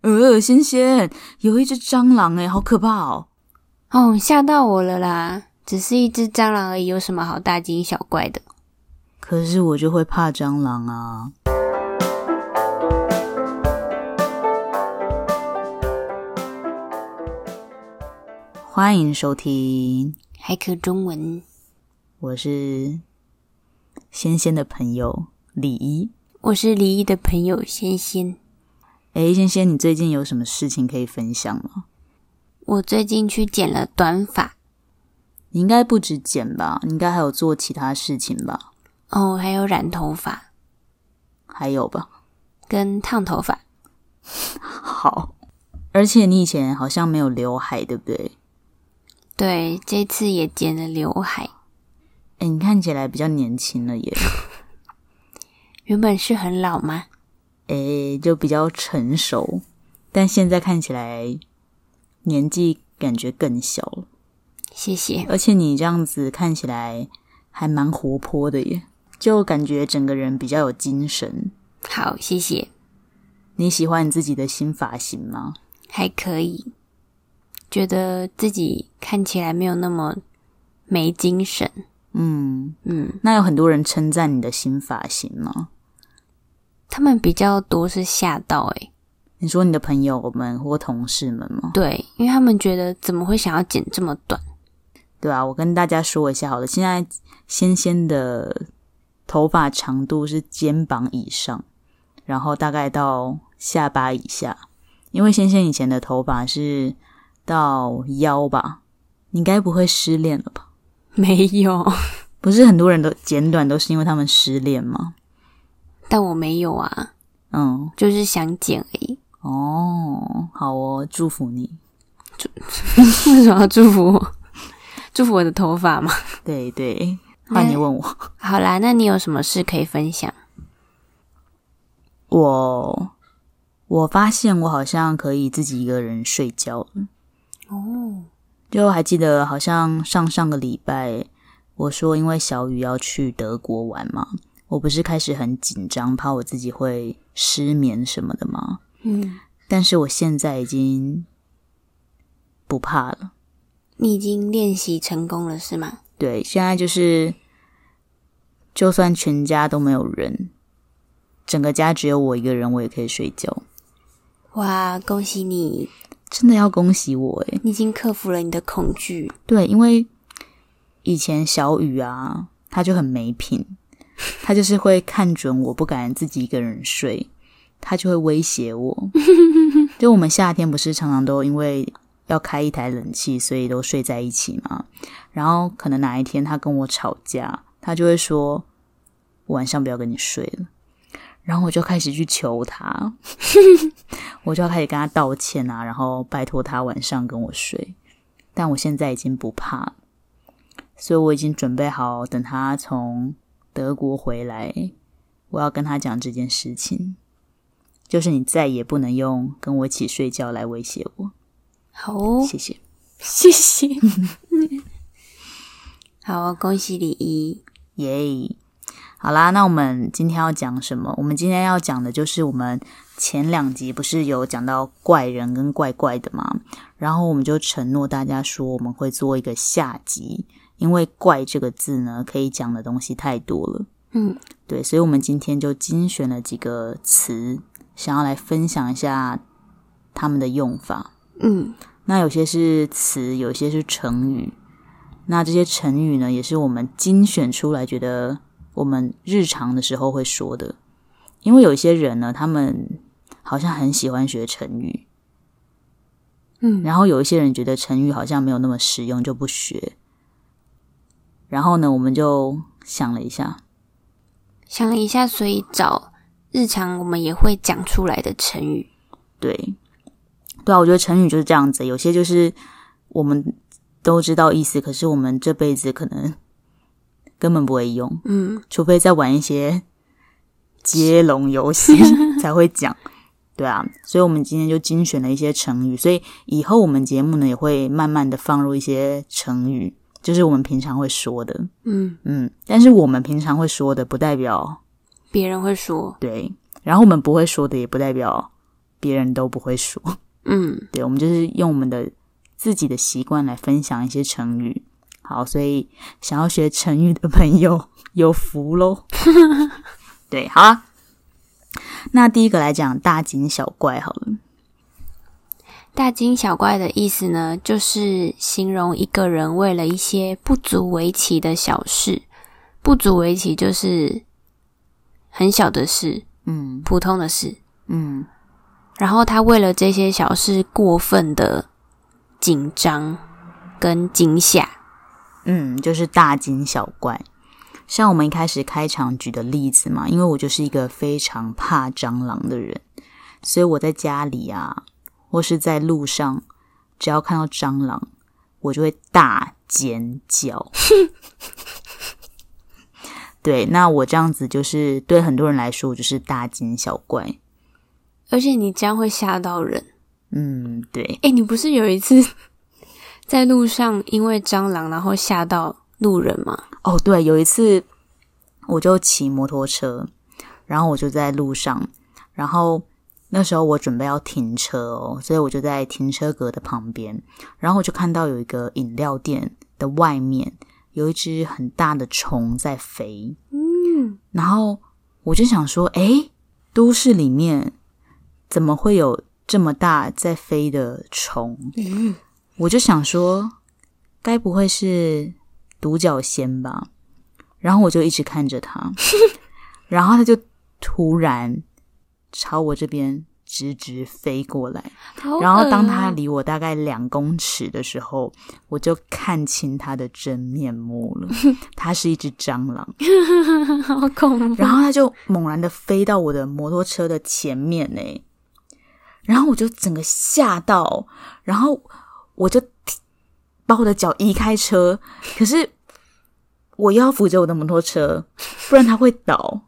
呃，仙仙，有一只蟑螂哎、好可怕哦！哦，吓到我了啦！只是一只蟑螂而已，有什么好大惊小怪的？可是我就会怕蟑螂啊。欢迎收听，还可中文，我是仙仙的朋友李一。我是离异的朋友仙仙。诶，哎仙仙，你最近有什么事情可以分享吗？我最近去剪了短发，你应该不止剪吧，你应该还有做其他事情吧？哦，还有染头发还有吧？跟烫头发。好，而且你以前好像没有刘海，对不对？对，这次也剪了刘海，诶，你看起来比较年轻了耶，原本是很老吗？诶，就比较成熟，但现在看起来年纪感觉更小了。谢谢。而且你这样子看起来还蛮活泼的耶，就感觉整个人比较有精神。好，谢谢，你喜欢你自己的新发型吗？还可以。觉得自己看起来没有那么没精神。嗯，嗯，那有很多人称赞你的新发型吗？他们比较多是吓到欸诶、你说你的朋友们或同事们吗？对，因为他们觉得怎么会想要剪这么短？ 对啊，我跟大家说一下好了，现在仙仙的头发长度是肩膀以上，然后大概到下巴以下，因为仙仙以前的头发是到腰吧，你该不会失恋了吧？没有，不是很多人都剪短都是因为他们失恋吗？但我没有啊，嗯，就是想剪而 已。哦，好哦，祝福你。为什么要祝福我？ 祝福我的头发吗？对对，换你问我。好啦，那你有什么事可以分享？我我发现我好像可以自己一个人睡觉了。哦，就还记得好像上上个礼拜，我说因为小雨要去德国玩嘛，我不是开始很紧张，怕我自己会失眠什么的吗？嗯，但是我现在已经不怕了。你已经练习成功了是吗？对，现在就是，就算全家都没有人，整个家只有我一个人，我也可以睡觉。哇，恭喜你，真的要恭喜我欸诶，你已经克服了你的恐惧。对，因为以前小雨啊，他就很没品，他就是会看准我不敢自己一个人睡，他就会威胁我。 就我们夏天不是常常都因为要开一台冷气，所以都睡在一起嘛。然后可能哪一天他跟我吵架，他就会说我晚上不要跟你睡了。然后我就开始去求他， 我就要开始跟他道歉啊，然后拜托他晚上跟我睡。但我现在已经不怕了，所以我已经准备好，等他从德国回来，我要跟他讲这件事情，就是你再也不能用跟我一起睡觉来威胁我。好哦，谢谢。谢谢。 好哦，恭喜李一。耶、好啦，那我们今天要讲什么？我们今天要讲的就是我们前两集不是有讲到怪人跟怪怪的吗？然后我们就承诺大家说我们会做一个下集，因为“怪”这个字呢，可以讲的东西太多了。嗯，对，所以我们今天就精选了几个词，想要来分享一下他们的用法。嗯，那有些是词，有些是成语。那这些成语呢，也是我们精选出来，觉得我们日常的时候会说的。因为有一些人呢，他们好像很喜欢学成语，嗯然后有一些人觉得成语好像没有那么实用，就不学。然后呢，我们就想了一下，想了一下，所以找日常我们也会讲出来的成语。对，对啊，我觉得成语就是这样子，有些就是我们都知道意思，可是我们这辈子可能 根本不会用，嗯，除非再玩一些接龙游戏才会讲。对啊，所以我们今天就精选了一些成语，所以以后我们节目呢也会慢慢的放入一些成语，就是我们平常会说的，嗯，嗯，但是我们平常会说的不代表别人会说，对，然后我们不会说的也不代表别人都不会说。嗯，对，我们就是用我们的自己的习惯来分享一些成语。好，所以想要学成语的朋友有福喽。 对，好啊。那第一个来讲大惊小怪好了，大惊小怪的意思呢，就是形容一个人为了一些不足为奇的小事，不足为奇就是很小的事，嗯普通的事。嗯，然后他为了这些小事过分的紧张跟惊吓。嗯，就是大惊小怪。像我们一开始开场举的例子嘛，因为我就是一个非常怕蟑螂的人，所以我在家里啊，或是在路上，只要看到蟑螂，我就会大尖叫。 对，那我这样子就是对很多人来说，我就是大惊小怪。而且你这样会吓到人。嗯，对，哎，你不是有一次 在路上因为蟑螂然后吓到路人吗？哦，对，有一次我就骑摩托车，然后我就在路上，然后那时候我准备要停车哦，所以我就在停车格的旁边，然后我就看到有一个饮料店的外面有一只很大的虫在飞，嗯，然后我就想说，诶，都市里面怎么会有这么大在飞的虫？嗯我就想说，该不会是独角仙吧？然后我就一直看着它，然后它就突然朝我这边直直飞过来。啊然后当它离我大概两公尺的时候，我就看清它的真面目了。它是一只蟑螂，好恐怖然，后它就猛然的飞到我的摩托车的前面呢、然后我就整个吓到，然后我就踢把我的脚移开车，可是我又要扶着我的摩托车，不然它会倒。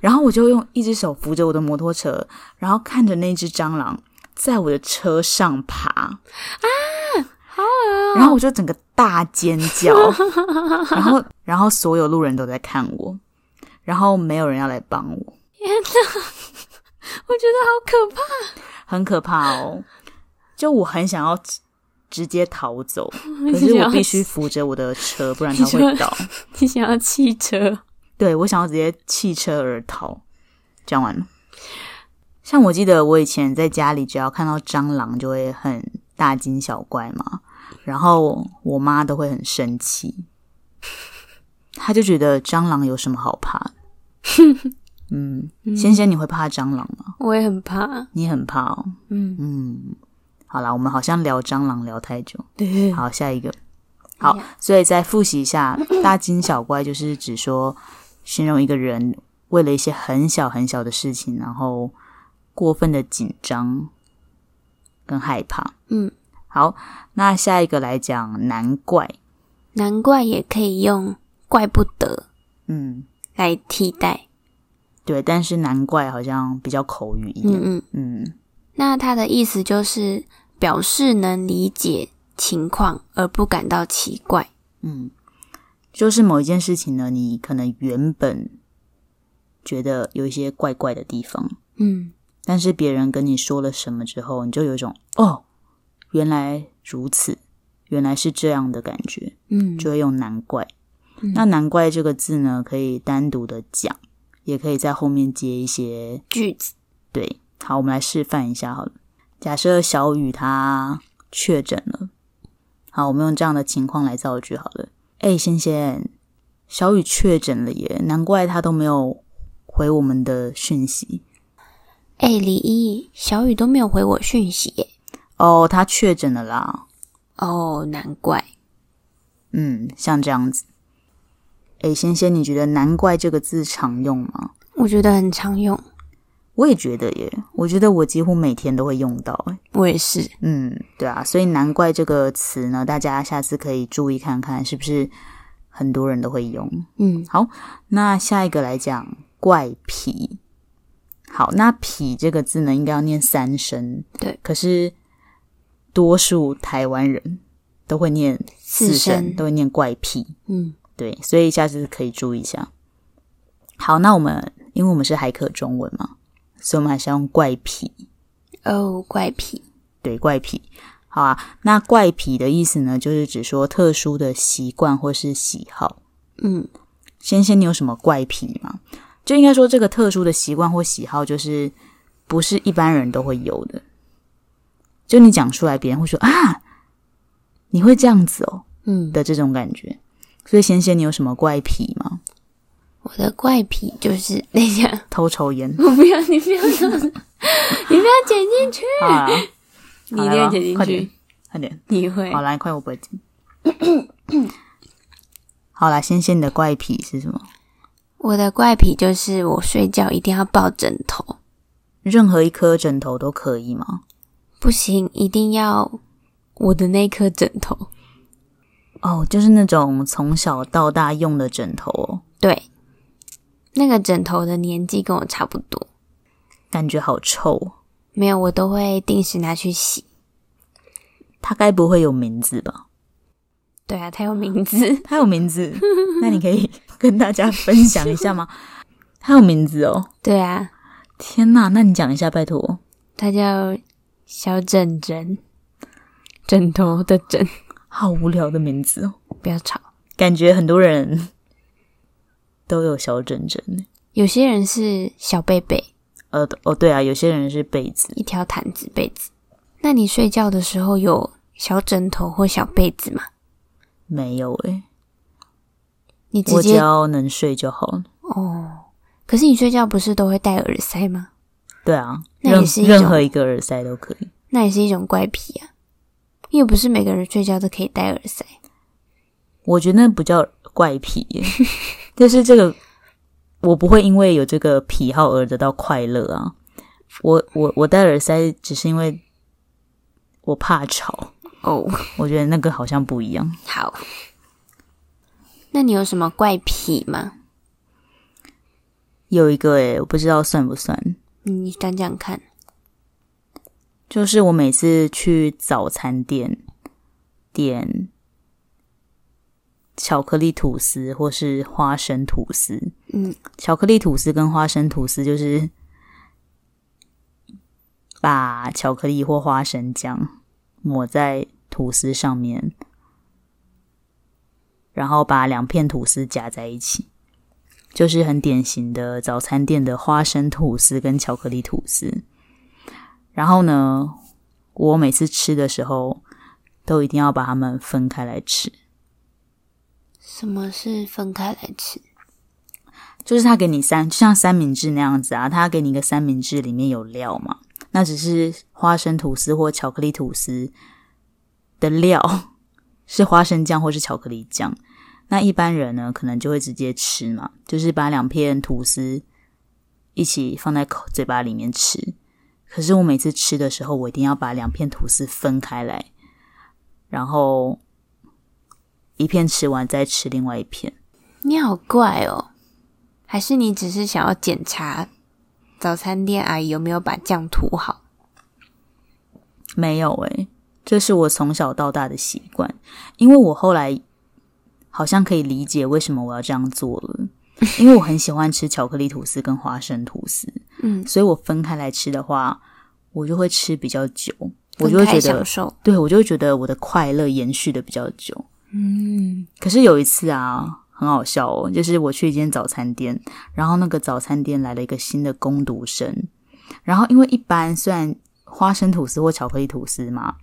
然后我就用一只手扶着我的摩托车，然后看着那只蟑螂在我的车上爬啊，然后我就整个大尖叫，然后然后所有路人都在看我。然后没有人要来帮我，我觉得好可怕。很可怕哦。就我很想要直直接逃走，可 你是想要我必须扶着我的车，不然它会倒。 你想要汽车？对我想要直接弃车而逃。讲完了。像我记得我以前在家里，只要看到蟑螂就会很大惊小怪嘛，然后我妈都会很生气，她就觉得蟑螂有什么好 怕的。嗯，先生，你会怕蟑螂吗？我也很怕。你很怕哦。嗯，嗯，好啦，我们好像聊蟑螂聊太久。对，好，下一个。哎呀好，所以再复习一下，大惊小怪就是指说形容一个人为了一些很小很小的事情，然后过分的紧张跟害怕。嗯，好，那下一个来讲难怪。难怪也可以用“怪不得嗯，”来替代。对，但是难怪好像比较口语一嗯点。嗯，嗯那它的意思就是表示能理解情况而不感到奇怪。嗯，就是某一件事情呢，你可能原本觉得有一些怪怪的地方，嗯，但是别人跟你说了什么之后，你就有一种哦，原来如此，原来是这样的感觉，嗯就会用难怪。嗯那难怪这个字呢，可以单独的讲，也可以在后面接一些句子，对。好，我们来示范一下好了。假设小雨他确诊了，好，我们用这样的情况来造句好了。哎，仙仙，小雨确诊了耶，难怪他都没有回我们的讯息。哎、李一，小雨都没有回我讯息耶。哦，他确诊了啦，哦，难怪。嗯，像这样子。诶，仙仙，你觉得“难怪”这个字常用吗？我觉得很常用，我也觉得耶，我觉得我几乎每天都会用到。诶我也是。嗯，对啊，所以“难怪”这个词呢，大家下次可以注意看看，是不是很多人都会用。嗯，那下一个来讲“怪癖”。好，那“癖”这个字呢，应该要念三声。对，可是多数台湾人都会念四四声都会念“怪癖”。嗯，对，所以下次可以注意一下。好，那我们因为我们是骇客中文嘛，所以我们还是要用怪癖。哦，怪癖。对，怪癖。好啊，那怪癖的意思呢，就是指说特殊的习惯或是喜好。嗯，先先，你有什么怪癖吗？就应该说这个特殊的习惯或喜好，就是不是一般人都会有的。就你讲出来，别人会说啊，你会这样子哦嗯，的这种感觉。所以，先先，你有什么怪癖吗？我的怪癖就是， 等一下，偷抽烟。我不要，你不要这 样子，你不要剪进去，好啦， 你一好定要来吧啊剪进快去哎点，快点。你会好来，快，我不会听。好啦，先先，你的怪癖是什么？我的怪癖就是我睡觉一定要抱枕头，任何一颗枕头都可以吗？不行，一定要我的那颗枕头。哦，就是那种从小到大用的枕头哦，对，那个枕头的年纪跟我差不多，感觉好臭哦。没有，我都会定时拿去洗。它该不会有名字吧？对啊，它有名字，它有名字，那你可以跟大家分享一下吗？它有名字哦！ 对啊，天哪，那你讲一下，拜托。它叫小枕枕，枕头的枕，好无聊的名字哦，不要吵。感觉很多人都有小枕欸枕呢。有些人是小贝贝，呃，哦，对啊，有些人是被子，一条毯子被子。那你睡觉的时候有小枕头或小被子吗？没有诶、你直我只接要能睡就好了。哦，可是你睡觉不是都会戴耳塞吗？对啊，那任也是一种任何一个耳塞都可以。那也是一种怪癖啊，因为不是每个人睡觉都可以戴耳塞。我觉得那不叫怪癖耶，就是这个我不会因为有这个癖好而得到快乐啊。我我我戴耳塞只是因为我怕吵，哦，我觉得那个好像不一样。好，那你有什么怪癖吗？有一个诶，我不知道算不算，你讲讲看。就是我每次去早餐店点巧克力吐司或是花生吐司，嗯，巧克力吐司跟花生吐司就是把巧克力或花生酱抹在吐司上面，然后把两片吐司夹在一起，就是很典型的早餐店的花生吐司跟巧克力吐司。然后呢，我每次吃的时候都一定要把它们分开来吃，什么是分开来吃？就是他给你三，就像三明治那样子啊，他给你一个三明治，里面有料嘛，那只是花生吐司或巧克力吐司的料是花生酱或是巧克力酱。那一般人呢，可能就会直接吃嘛，就是把两片吐司一起放在口嘴巴里面吃。可是我每次吃的时候，我一定要把两片吐司分开来，然后一片吃完再吃另外一片。你好怪哦，还是你只是想要检查早餐店阿姨有没有把酱涂好？没有诶、这是我从小到大的习惯，因为我后来好像可以理解为什么我要这样做 了，因为我很喜欢吃巧克力吐司跟花生吐司，嗯，所以我分开来吃的话，我就会吃比较久，我分就会开觉得享，受。对我就会觉得我的快乐延续的比较久。嗯，可是有一次啊，很好笑哦，就是我去一间早餐店，然后那个早餐店来了一个新的攻读生，然后因为一般虽然花生吐司或巧克力吐司嘛，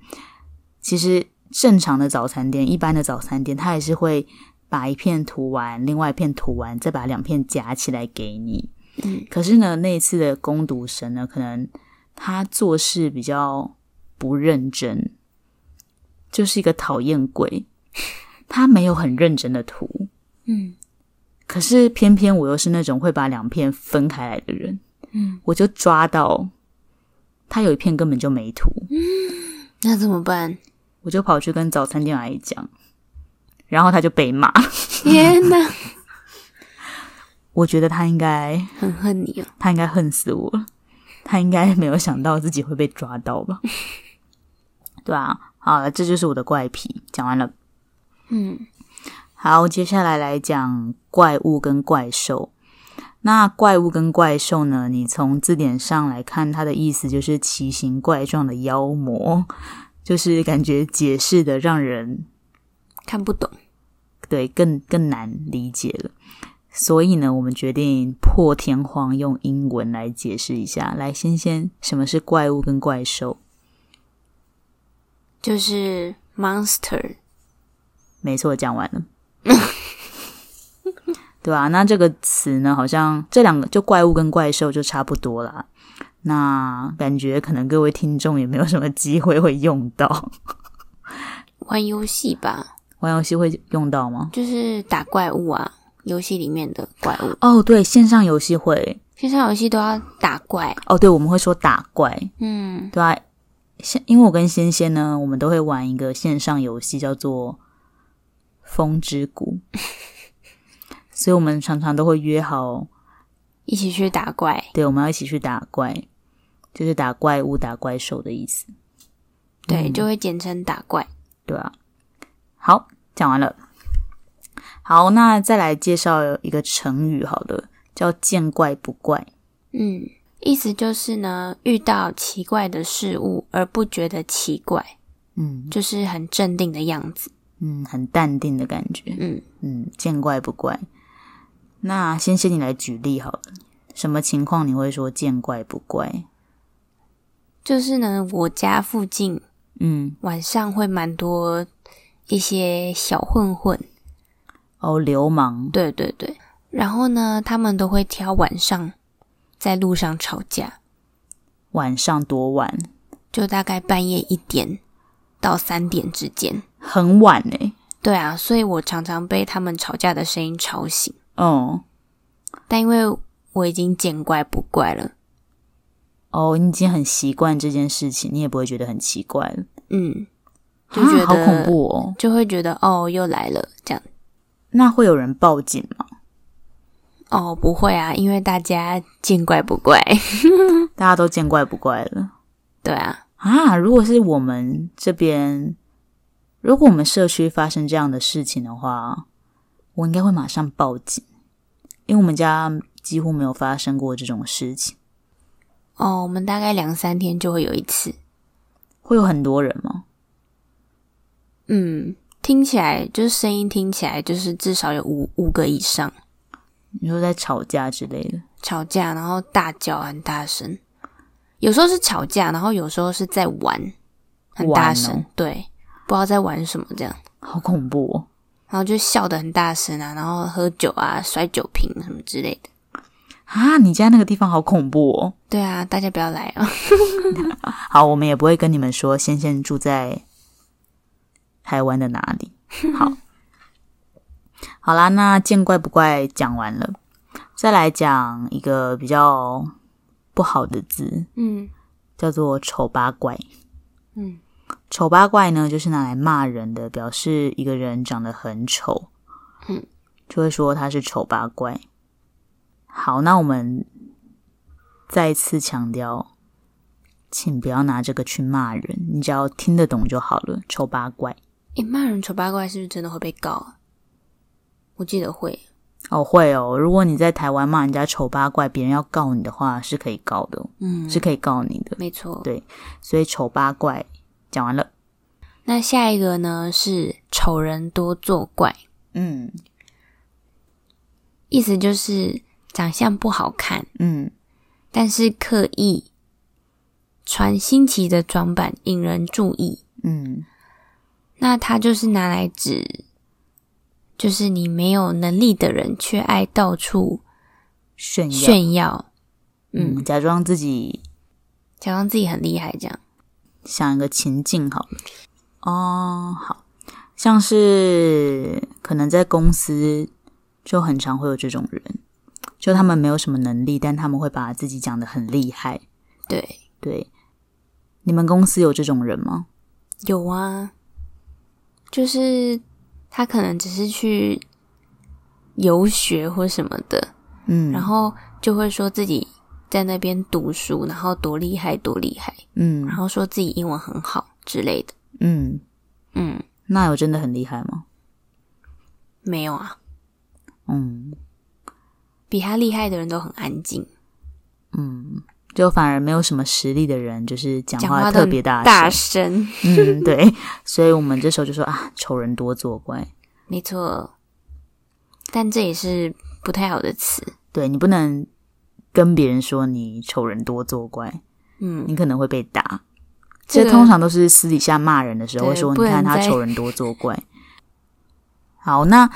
其实正常的早餐店、一般的早餐店，它也是会把一片涂完，另外一片涂完，再把两片夹起来给你。嗯可是呢，那一次的攻读生呢，可能他做事比较不认真，就是一个讨厌鬼。他没有很认真的涂，嗯，可是偏偏我又是那种会把两片分开来的人，嗯，我就抓到他有一片根本就没涂，嗯那怎么办？我就跑去跟早餐店阿姨讲，然后他就被骂。天哪，我觉得他应该，很恨你哦。他应该恨死我了，他应该没有想到自己会被抓到吧？ 对啊，好了，这就是我的怪癖，讲完了。嗯好，接下来来讲怪物跟怪兽。那怪物跟怪兽呢？你从字典上来看，它的意思就是奇形怪状的妖魔，就是感觉解释的让人看不懂。对更更难理解了。所以呢，我们决定破天荒用英文来解释一下。来，先先什么是怪物跟怪兽？就是 monster，没错，讲完了。 对啊，那这个词呢，好像这两个就怪物跟怪兽就差不多啦。那感觉可能各位听众也没有什么机会会用到， 玩游戏吧，玩游戏会用到吗？就是打怪物啊，游戏里面的怪物。哦，对，线上游戏会。线上游戏都要打怪，哦，对，我们会说打怪，嗯，对啊。像因为我跟仙仙呢，我们都会玩一个线上游戏，叫做《风之谷》，所以我们常常都会约好一起去打怪。对，我们要一起去打怪，就是打怪物、打怪兽的意思，对，就会简称打怪。对啊。好，讲完了。好，那再来介绍一个成语，好了，叫“见怪不怪嗯，意思就是呢，遇到奇怪的事物而不觉得奇怪，”。嗯就是很镇定的样子。嗯，很淡定的感觉。嗯，嗯，见怪不怪。那先先你来举例好了，什么情况你会说见怪不怪？就是呢，我家附近嗯，晚上会蛮多一些小混混，哦，流氓，对对对。然后呢，他们都会挑晚上在路上吵架，晚上多晚？就大概半夜一点到三点之间。很晚欸呢、对啊，所以我常常被他们吵架的声音吵醒，哦但因为我已经见怪不怪了，哦，你已经很习惯这件事情，你也不会觉得很奇怪了，嗯，就啊觉得好恐怖哦。就会觉得哦又来了这样。那会有人报警吗？哦，不会啊，因为大家见怪不怪。 大家都见怪不怪了对啊，啊！如果是我们这边，如果我们社区发生这样的事情的话，我应该会马上报警，因为我们家几乎没有发生过这种事情。哦，我们大概两三天就会有一次。会有很多人吗？嗯，听起来就是声音听起来就是至少有五五个以上你说在吵架之类的？吵架，然后大叫很大声，有时候是吵架，然后有时候是在玩，很大声，玩哦对，不知道在玩什么这样，好恐怖哦！然后就笑得很大声啊，然后喝酒啊，摔酒瓶什么之类的。啊，你家那个地方好恐怖哦！对啊，大家不要来哦。好，我们也不会跟你们说仙仙住在台湾的哪里。好，好啦，那见怪不怪讲完了，再来讲一个比较不好的字，嗯叫做丑八怪。嗯，丑八怪呢，就是拿来骂人的，表示一个人长得很丑，嗯，就会说他是丑八怪。好，那我们再次强调，请不要拿这个去骂人，你只要听得懂就好了。丑八怪诶，骂人丑八怪是不是真的会被告啊？我记得会。哦，会哦。如果你在台湾骂人家丑八怪，别人要告你的话是可以告的哦，嗯，是可以告你的。没错。对所以丑八怪讲完了，那下一个呢是丑人多作怪。嗯意思就是长相不好看，嗯，但是刻意穿新奇的装扮引人注意。嗯，那它就是拿来指，就是你没有能力的人却爱到处炫耀，炫耀，嗯，嗯，假装自己假装自己很厉害这样。想一个情境好了。哦，好像是可能在公司就很常会有这种人，就他们没有什么能力，但他们会把自己讲得很厉害。对，对，你们公司有这种人吗？有啊，就是他可能只是去游学或什么的，嗯，然后就会说自己在那边读书，然后多厉害多厉害，嗯然后说自己英文很好之类的。嗯，嗯，那有真的很厉害吗？没有啊，嗯，比他厉害的人都很安静，嗯，就反而没有什么实力的人，就是讲讲话都特很别大大声。声，嗯，对，所以我们这时候就说啊，丑人多作怪。没错。但这也是不太好的词，对你不能跟别人说你丑人多作怪，嗯，你可能会被打。这这个通常都是私底下骂人的时候会对说，不你看能他在丑人多作怪。 好，那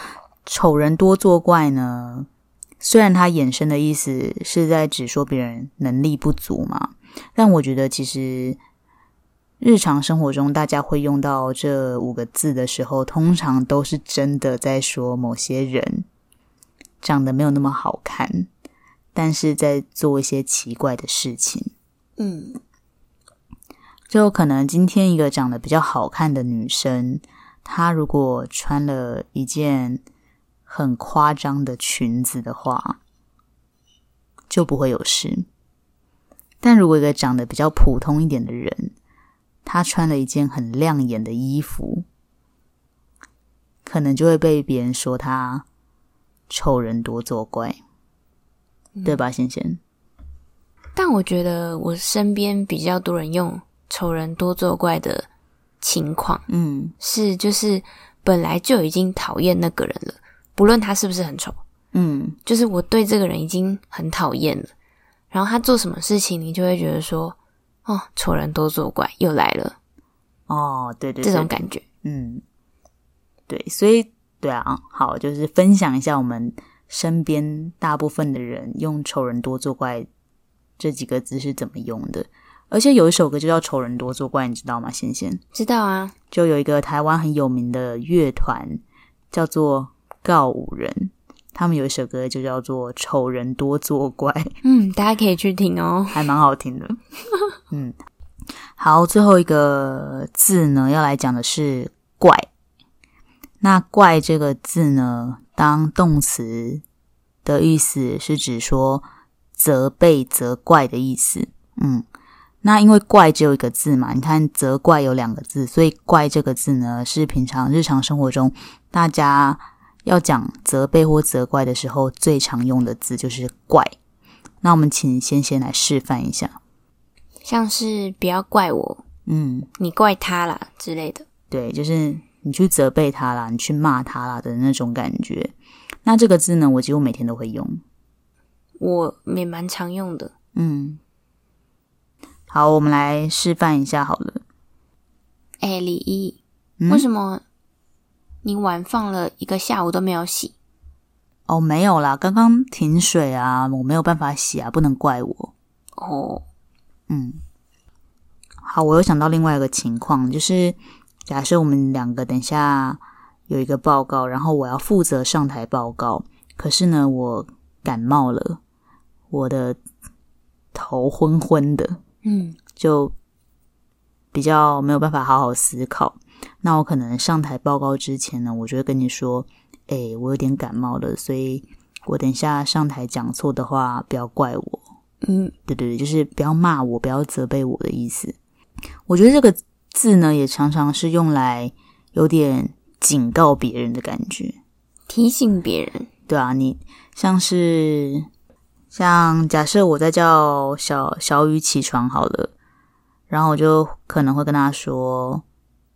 丑人多作怪呢？虽然它衍生的意思是在指说别人能力不足嘛，但我觉得其实日常生活中大家会用到这五个字的时候，通常都是真的在说某些人长得没有那么好看，但是在做一些奇怪的事情。嗯，就可能今天一个长得比较好看的女生，她如果穿了一件很夸张的裙子的话，就不会有事。但如果一个长得比较普通一点的人，她穿了一件很亮眼的衣服，可能就会被别人说她丑人多作怪，嗯对吧，先生？但我觉得我身边比较多人用“丑人多作怪”的情况嗯是，就是本来就已经讨厌那个人了，不论他是不是很丑，嗯就是我对这个人已经很讨厌了，然后他做什么事情，你就会觉得说，哦，丑人多作怪，又来了哦，对对这对种感觉。嗯，对，所以对啊，好，就是分享一下我们身边大部分的人用“丑人多作怪”这几个字是怎么用的。而且有一首歌就叫《丑人多作怪》，你知道吗？仙仙知道啊，就有一个台湾很有名的乐团叫做告五人，他们有一首歌就叫做《丑人多作怪》。嗯，大家可以去听哦。还蛮好听的。嗯，好，最后一个字呢，要来讲的是“怪”。那“怪”这个字呢，当动词的意思是指说责备、责怪的意思。嗯，那因为“怪”只有一个字嘛，你看“责怪”有两个字，所以“怪”这个字呢，是平常日常生活中大家要讲责备或责怪的时候最常用的字，就是“怪”。那我们请先先来示范一下。像是不要怪我，嗯，你怪他啦之类的。对，就是你去责备他啦，你去骂他啦的那种感觉。那这个字呢，我几乎每天都会用。我也蛮常用的，嗯，好，我们来示范一下好了。哎、李一，嗯为什么你碗放了一个下午都没有洗？哦，没有啦，刚刚停水啊，我没有办法洗啊，不能怪我。哦，嗯，好，我又想到另外一个情况，就是假设我们两个等一下有一个报告，然后我要负责上台报告，可是呢，我感冒了，我的头昏昏的，嗯，就比较没有办法好好思考。那我可能上台报告之前呢，我就会跟你说，诶、我有点感冒了，所以我等一下上台讲错的话，不要怪我。嗯，对对对，就是不要骂我，不要责备我的意思。我觉得这个字呢，也常常是用来有点警告别人的感觉，提醒别人，对啊，你像是像假设我在叫小小雨起床好了，然后我就可能会跟他说：“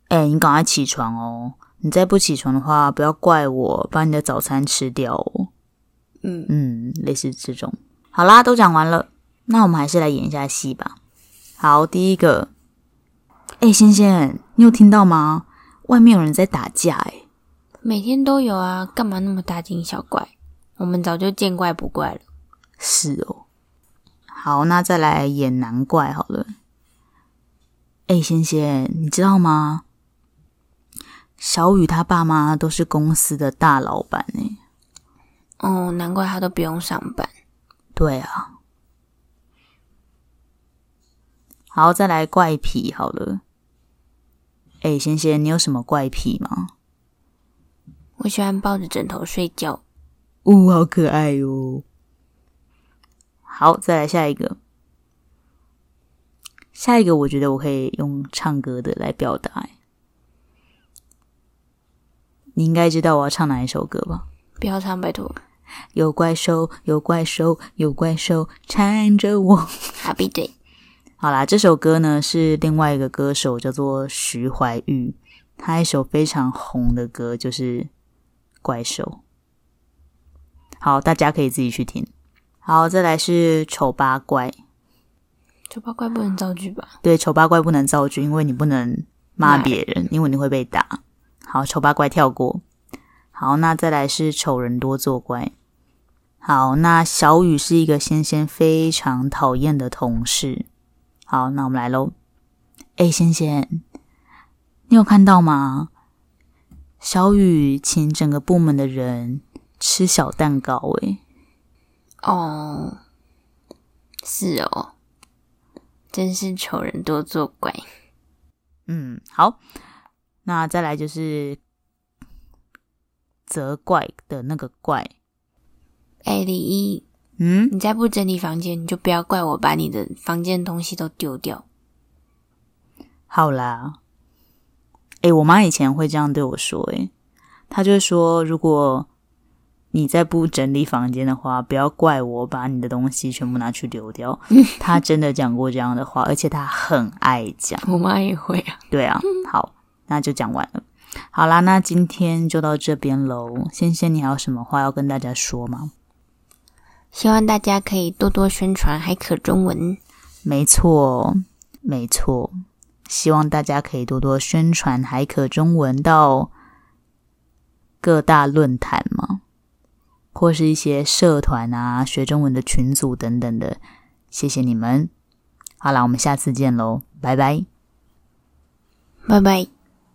哎、你赶快起床哦！你再不起床的话，不要怪我把你的早餐吃掉哦。”嗯，嗯，类似这种。好啦，都讲完了，那我们还是来演一下戏吧。好，第一个，哎、仙仙，你有听到吗？外面有人在打架、哎，每天都有啊，干嘛那么大惊小怪？我们早就见怪不怪了。是哦。好，那再来演难怪好了。哎、仙仙，你知道吗？小雨他爸妈都是公司的大老板哎、哦，难怪他都不用上班。对啊。好，再来怪癖好了。哎、仙仙，你有什么怪癖吗？我喜欢抱着枕头睡觉。呜、好可爱哦哟、好，再来下一个。下一个，我觉得我可以用唱歌的来表达、欸。你应该知道我要唱哪一首歌吧？不要唱，拜托。有怪兽，有怪兽，有怪兽缠着我。好，闭嘴。好啦，这首歌呢是另外一个歌手叫做徐怀钰，他一首非常红的歌就是《怪兽》。好，大家可以自己去听。好，再来是丑八怪。丑八怪不能造句吧？对，丑八怪不能造句，因为你不能骂别人，因为你会被打。好，丑八怪跳过。好，那再来是丑人多作怪。好，那小雨是一个先先非常讨厌的同事。好，那我们来喽。哎，先先，你有看到吗？小雨请整个部门的人吃小蛋糕、欸，诶，哦，是哦，真是丑人多作怪。嗯，好，那再来就是责怪的那个怪，哎，李一，嗯，你再不整理房间，你就不要怪我把你的房间的东西都丢掉。好啦。哎，我妈以前会这样对我说、欸，哎，她就会说，如果你再不整理房间的话，不要怪我把你的东西全部拿去丢掉。她真的讲过这样的话，而且她很爱讲。我妈也会啊。对啊，好，那就讲完了。好啦，那今天就到这边喽。仙仙，你还有什么话要跟大家说吗？希望大家可以多多宣传海可中文。没错，没错，希望大家可以多多宣传海可中文到各大论坛嘛，或是一些社团啊、学中文的群组等等的。谢谢你们。好啦，我们下次见喽，拜拜。拜拜。